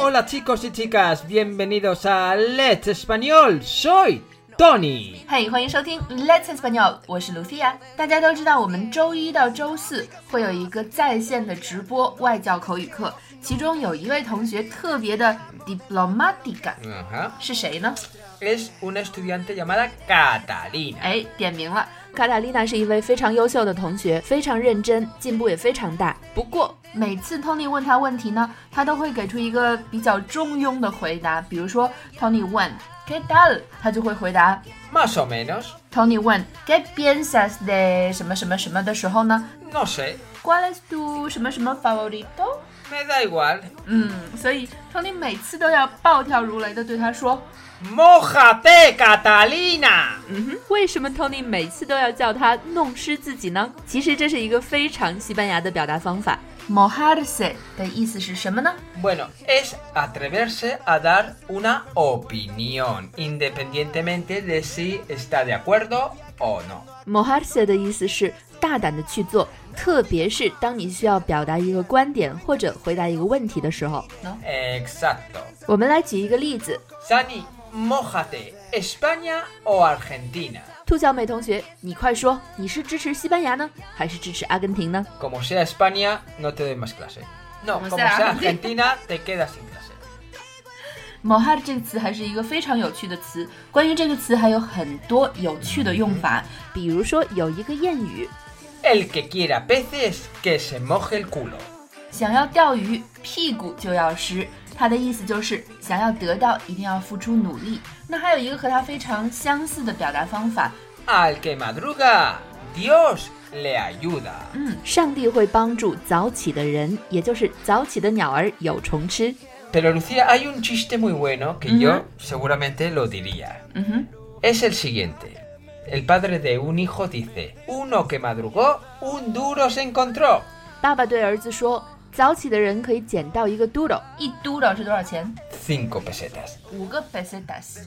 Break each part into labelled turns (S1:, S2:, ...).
S1: Hola chicos y chicas, bienvenidos a Let's Español. Soy Tony。
S2: 嘿欢迎收听 Let's Español，我是 Lucia。大家都知道，我们周一到周四会有一个在线的直播外教口语课，其中有一位同学特别的 diplomatica，
S1: Ajá.
S2: 是谁呢？
S1: Es una estudiante llamada
S3: Eh.
S1: Catalina.
S2: 哎，点名了。
S3: 卡塔丽娜是一位非常优秀的同学，非常认真，进步也非常大。不过，
S2: 每次 Tony 问他问题呢，他都会给出一个比较中庸的回答。比如说，Tony 问 ¿Qué tal？他就会回答
S1: Más o menos.
S2: Tony 问 ¿Qué piensas de 什么什么什么的时候呢
S1: No sé.
S2: ？¿Cuál es tu 什么什么 favorito？
S1: Me da igual.
S2: 嗯，所以 Tony 每次都要暴跳如雷的对他说
S1: Mójate, Catalina.
S3: 嗯哼，为什么 Tony 每次都要叫他弄湿自己呢？其实这是一个非常西班牙的表达方法。
S2: “mojarse” 的意思是什么呢？
S1: Bueno, es atreverse a dar una opinión, independientemente de si está de acuerdo o no.
S3: mojarse 的意思是大胆的去做，特别是当你需要表达一个观点或者回答一个问题的时候。
S1: Exacto.
S3: 我们来举一个例子，
S1: Sani, mójate, España o Argentina.
S3: 兔小美同学，你快说，你是支持西班牙呢，还是支持阿根廷呢？
S1: Como sea España, no te doy más clase. No, como,
S2: Como
S1: sea,
S2: sea
S1: Argentina, te quedas sin clase.
S2: mojar 这个词还是一个非常有趣的词，关于这个词还有很多有趣的用法。
S3: 比如说有一个谚语
S1: El que quiera peces, que se moje el culo.
S2: 想要钓鱼，屁股就要湿，它的意思就是想要得到，一定要付出努力。那还有一个和它非常相似的表达方法，
S1: Al que madruga, Dios le ayuda.
S2: 嗯
S3: 上帝会帮助早起的人，也就是早起的鸟儿有虫吃。
S1: Pero Lucía, hay un chiste muy bueno que yo seguramente lo diría.
S2: 嗯哼，
S1: Es el siguiente. El padre de un hijo dice, uno que madrugó, un duro se encontró.
S3: 爸爸对儿子说：“早起的人可以捡到一个 doodle。
S2: 一嘟噜是多少钱？
S1: Cinco pesetas.
S2: 五个 pesetas。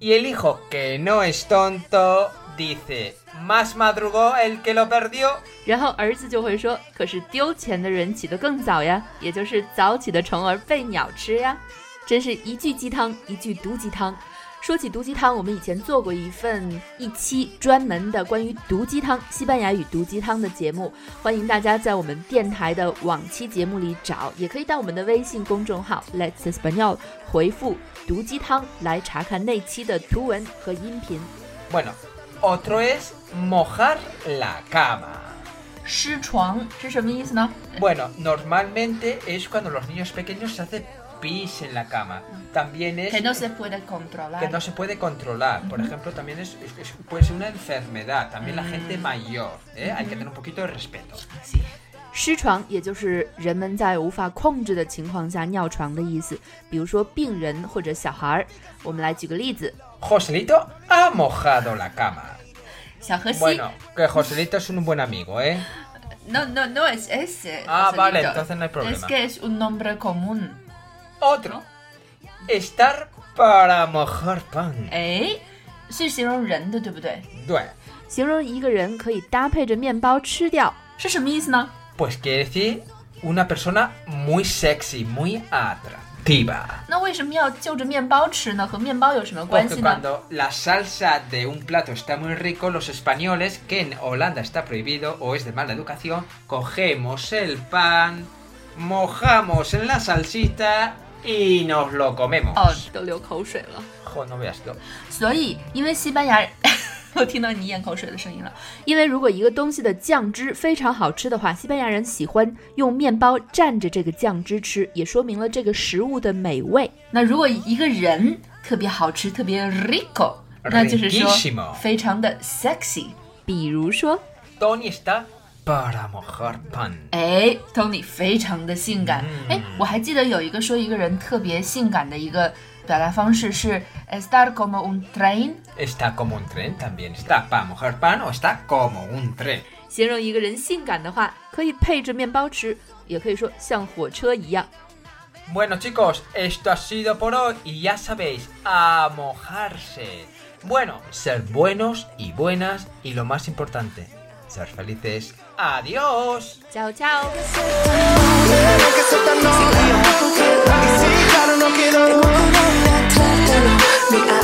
S1: Y el hijo, que no es tonto, dice, más madrugó el que lo perdió. ”
S3: 然后儿子就会说：“可是丢钱的人起得更早呀，也就是早起的虫儿被鸟吃呀。”真是一句鸡汤，一句毒鸡汤。说起毒鸡汤，我们以前做过一份一期专门的关于毒鸡汤、西班牙语毒鸡汤的节目，欢迎大家在我们电台的往期节目里找，也可以到我们的微信公众号 Let's Español 回复“毒鸡汤”来查看那期的图文和音频。
S1: Bueno, otro es mojar la cama.
S2: 湿床是什么意思呢？
S1: Bueno, normalmente es cuando los niños pequeños se hacen pis en la cama. También es
S2: que no se puede controlar。
S1: que no se puede controlar. Por ejemplo, también es, es- es- puede ser una enfermedad. También la
S2: Mm.
S1: gente mayor. ¿eh? Hay que tener un poquito de respeto.
S3: 湿床，也就是人们在无法控制的情况下尿床的意思，比如说病人或者小孩儿。我们来举个例子，
S1: Joselito ha mojado la cama.
S2: 小河西
S1: Bueno, que Joselito es un buen amigo, ¿eh?
S2: No, no, no es ese.
S1: Ah,
S2: Joselito.
S1: vale, entonces no hay problema.
S2: Es que es un nombre común.
S1: Otro. Estar para mojar pan.
S2: 哎，是形容人的，对不对？
S1: Bueno,
S3: 形容一个人可以搭配着面包吃掉。
S2: 是什么意思呢？
S1: pues quiere decir una persona muy sexy, muy atractiva.
S2: 那为什么要就着面包吃呢？和面包有什么关
S1: Porque
S2: 系呢？
S1: cuando la salsa de un plato está muy rico, los españoles, que en Holanda está prohibido o es de mala educación, cogemos el pan, mojamos en la salsita y nos lo comemos.
S2: 哦，
S3: 都流口水了。
S1: Jo, no veas tú.
S2: 所以因为西班牙 人，我听到你咽口水的声音了。
S3: 因为如果一个东西的酱汁非常好吃的话，西班牙人喜欢用面包蘸着这个酱汁吃，也说明了这个食物的美味。
S2: 那如果一个人特别好吃，特别 rico，那就是说
S1: Riquísimo
S2: 非常的 sexy。
S3: 比如说，
S1: Tony está para mojar pan.
S2: 哎，Tony 非常的性感。哎、我还记得有一个说一个人特别性感的一个表达方式是 estar como un train。
S1: Está como un tren también. Está para mojar pan o está como un tren.
S3: 形容一个人性感的话，可以配着面包吃，也可以说像火车一样。
S1: Bueno chicos, esto ha sido por hoy y ya sabéis, a mojarse. Bueno, ser buenos y buenas y lo más importante, ser felices. Adiós.
S3: ciao ciao。
S4: Tiene que ser tan obvio. Y si ya lo me up.